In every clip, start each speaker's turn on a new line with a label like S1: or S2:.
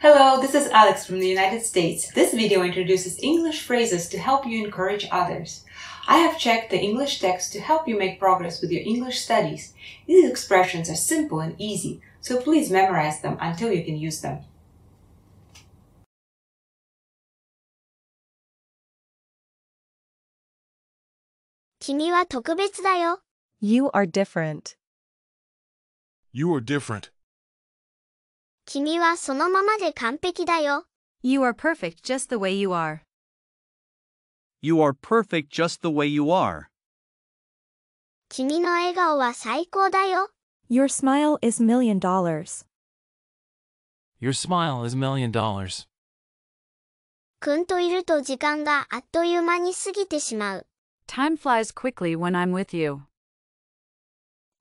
S1: Hello, this is Alex from the United States. This video introduces English phrases to help you encourage others. I have checked the English text to help you make progress with your English studies. These expressions are simple and easy, so please memorize them until you can use them.
S2: 「君は特別だよ。
S3: You are different.
S4: You are different.
S2: 君はそのままで完璧だよ。
S3: You are perfect just the way you are.
S5: You are perfect just the way you are.
S2: 君の笑顔は最高だよ。
S3: Your smile is million dollars.
S6: Your smile is million dollars.
S2: くんといると時間があっという間に過ぎてしまう。
S7: Time flies quickly when I'm with you.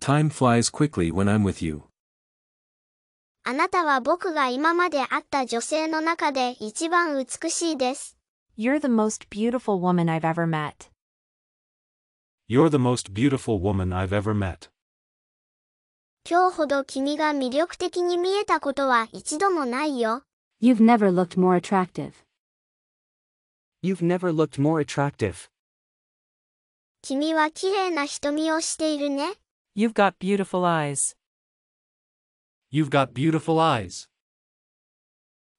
S4: Time flies quickly when I'm with you.
S2: あなたは僕が今まで会った女性の中で一番美しいです。
S7: You're the most beautiful woman I've ever met.
S4: You're the most beautiful woman I've ever met.
S2: 今日ほど君が魅力的に見えたことは一度もないよ。
S7: You've never looked more attractive.
S8: You've never looked more attractive.
S2: 君は綺麗な瞳をしているね。
S9: You've got beautiful eyes.
S4: You've got beautiful eyes.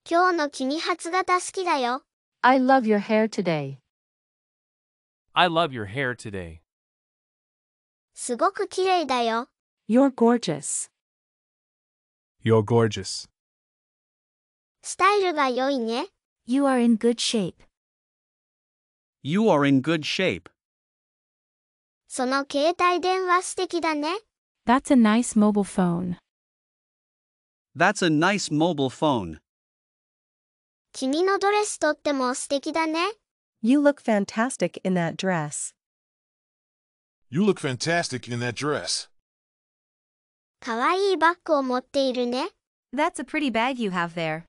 S2: 今日の君初型好きだよ。
S7: I love your hair today.
S6: I love your hair today.
S2: すごく綺麗だよ。
S7: You're gorgeous.
S4: You're gorgeous.
S2: スタイルが良いね。
S7: You are in good shape.
S5: You are in good shape.
S2: その携帯電話素敵だね。
S7: That's a nice mobile phone.
S5: That's a nice mobile phone.
S2: 君のドレスとっても素敵だね。
S3: You look fantastic in that dress.
S4: You look fantastic in that dress.
S2: かわいいバッグを持っているね。
S3: That's a pretty bag you have there.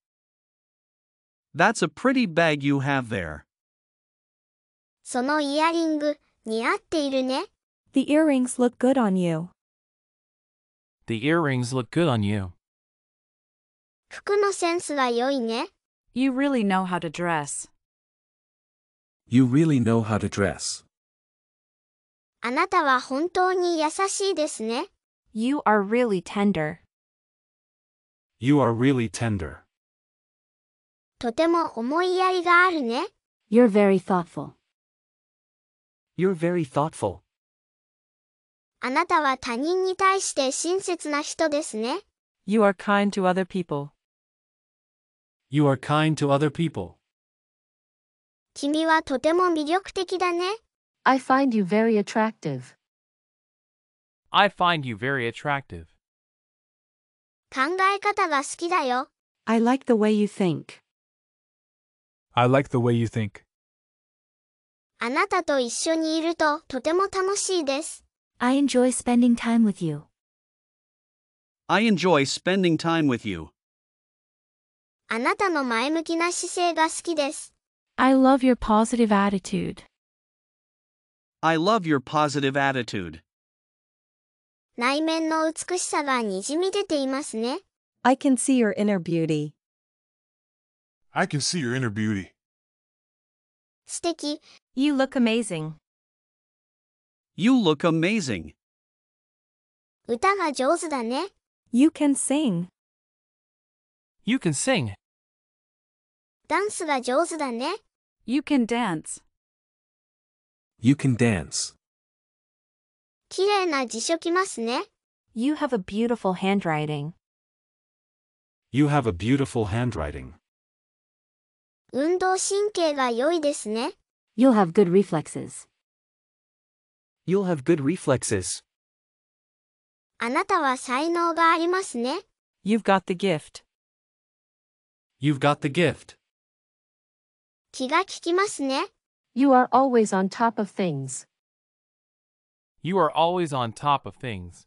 S5: That's a pretty bag you have there.
S2: そのイヤリング、似合っているね。
S3: The earrings look good on you.
S6: The earrings look good on you.
S2: 服のセンスが良いね。
S7: You really know how to dress.
S4: You really know how to dress.
S2: あなたは本当に優しいですね。
S7: You are really tender.
S4: You are really tender.
S2: とても思いやりがあるね。
S7: You're very thoughtful.
S8: You're very thoughtful.
S2: あなたは他人に対して親切な人ですね。
S9: You are kind to other people.
S4: You are kind to other people.
S2: 君はとても魅力的だね。
S7: I find you very attractive.
S6: I find you very attractive.
S2: 考え方が好きだよ。
S7: I like the way you think.
S4: I like the way you think.
S2: あなたと一緒にいるととても楽しいです。
S7: I enjoy spending time with you.
S5: I enjoy spending time with you.
S2: あなたの前向きな姿勢が好きです。
S7: I love your positive attitude.
S5: I love your positive attitude.
S2: 内面の美しさがにじみ出ていますね。
S3: I can see your inner beauty.
S4: I can see your inner beauty.
S2: 素敵。
S3: You look amazing.
S5: You look amazing.
S2: 歌が上手だね。
S3: You can sing.
S6: You can sing.
S2: ダンスが上手だね。
S7: You can dance.
S4: You can dance.
S2: 綺麗な辞書きますね。
S7: You have a beautiful handwriting.
S4: You have a beautiful handwriting.
S2: 運動神経が良いですね。
S7: You'll have good reflexes.
S8: You'll have good reflexes.
S2: あなたは才能がありますね。
S9: You've got the gift.
S4: You've got the gift.
S2: 気が利きますね。
S7: You are always on top of things.
S6: You are always on top of things.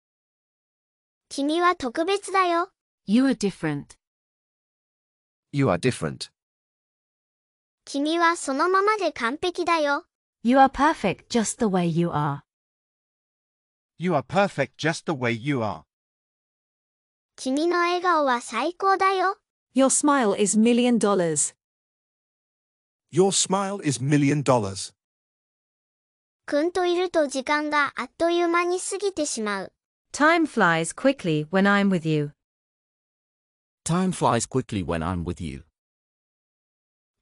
S2: 「君は特別だよ。
S7: You are different.
S8: You are different.
S2: 君はそのままで完璧だよ。
S7: You are perfect just the way you are.
S10: You are perfect just the way you are.
S2: 君の笑顔は最高だよ。
S3: Your smile is million dollars.
S11: Your smile is million dollars.
S2: くんといると時間があっという間に過ぎてしまう。
S9: Time flies quickly when I'm with you.
S12: Time flies quickly when I'm with you.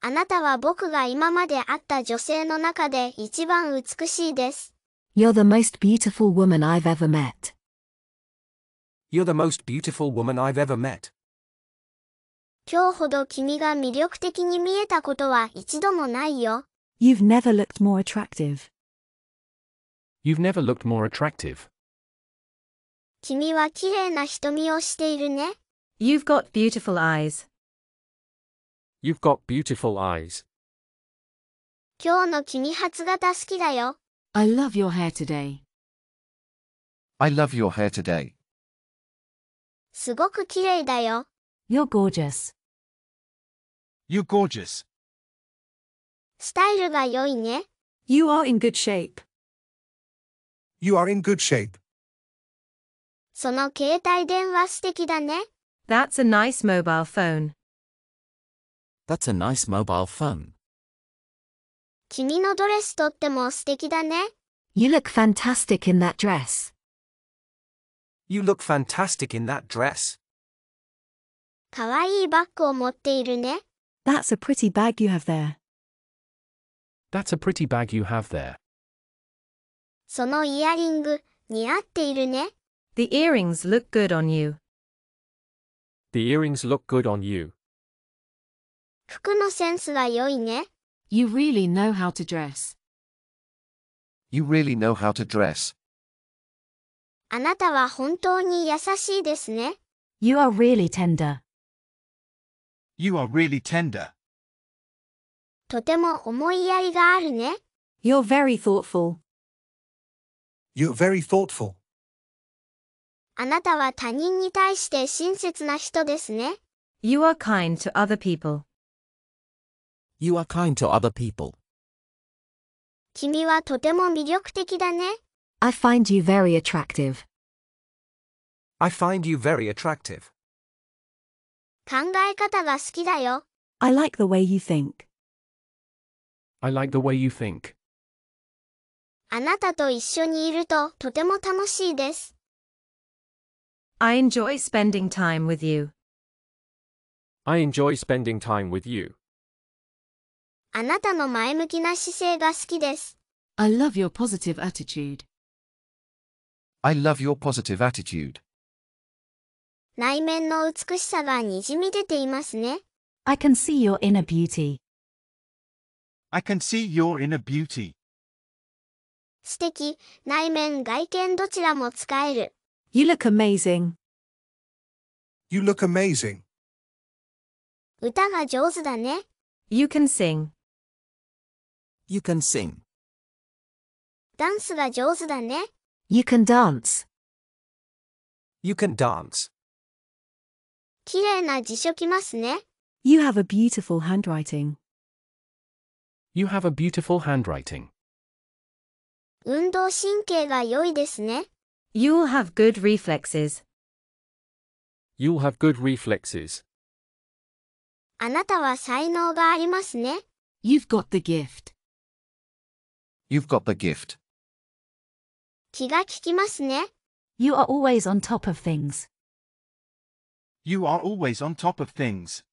S2: あなたは僕が今まで会った女性の中で一番美しいです。
S7: You're the most beautiful woman I've ever met.
S12: You're the most beautiful woman I've ever met.
S2: 今日ほど君が魅力的に見えたことは一度もないよ。
S3: You've never looked more attractive.
S12: You've never looked more attractive.
S2: 君は綺麗な瞳をしているね。
S9: You've got beautiful eyes.
S12: You've got beautiful eyes.
S2: 今日の君初型好きだよ。
S7: I love your hair today.
S10: I love your hair today.
S2: すごく綺麗だよ。
S7: You're gorgeous.
S10: You're gorgeous.
S2: スタイルが良いね。
S3: You are in good shape.
S11: You are in good shape.
S2: その携帯電話素敵だね。
S9: That's a nice mobile phone.
S12: That's a nice mobile phone.
S2: 君のドレスとっても素敵だね。
S7: You look fantastic in that dress.
S12: You look fantastic in that dress.
S2: かわいいバッグを持っているね。
S3: That's a pretty bag you have there.
S12: That's a pretty bag you have there.
S2: そのイヤリング、似合っているね。
S9: The earrings look good on you.
S12: The earrings look good on you.
S2: 服のセンスが良いね。
S7: You really know how to dress.
S10: You really know how to dress.
S2: あなたは本当に優しいですね。
S7: You are really tender.
S10: You are really tender.
S2: とても思いやりがあるね。
S3: You're very thoughtful.
S11: You're very thoughtful.
S2: あなたは他人に対して親切な人ですね。
S9: You are kind to other people.
S12: You are kind to other people.
S2: 君はとても魅力的だね。
S7: I find you very attractive.
S12: I find you very attractive.
S2: 考え方が好きだよ。
S3: I like the way you think.
S12: I like the way you think.
S2: あなたと一緒にいるととても楽しいです。
S9: I enjoy spending time with you.
S12: I enjoy spending time with you.
S2: あなたの前向きな姿勢が好きです。
S7: I love your positive attitude.
S10: I love your positive attitude.
S2: 内面の美しさがにじみ出ていますね。
S7: I can see your inner beauty.
S10: I can see your inner beauty.
S2: 素敵、内面、外見どちらも使える。
S3: You look amazing.
S11: You look amazing.
S2: 歌が上手だね。
S9: You can sing.
S12: You can sing.
S2: ダンスが上手だね。
S7: You can dance.
S12: You can dance.
S2: 綺麗な辞書きますね。
S3: You have a beautiful handwriting.
S12: You have a beautiful handwriting.
S2: 運動神経が良いですね。
S9: You'll have good reflexes.
S12: You'll have good reflexes.
S2: あなたは才能がありますね。
S7: You've got the gift.
S10: You've got the gift.
S2: 気が利きますね。
S7: You are always on top of things.
S10: You are always on top of things.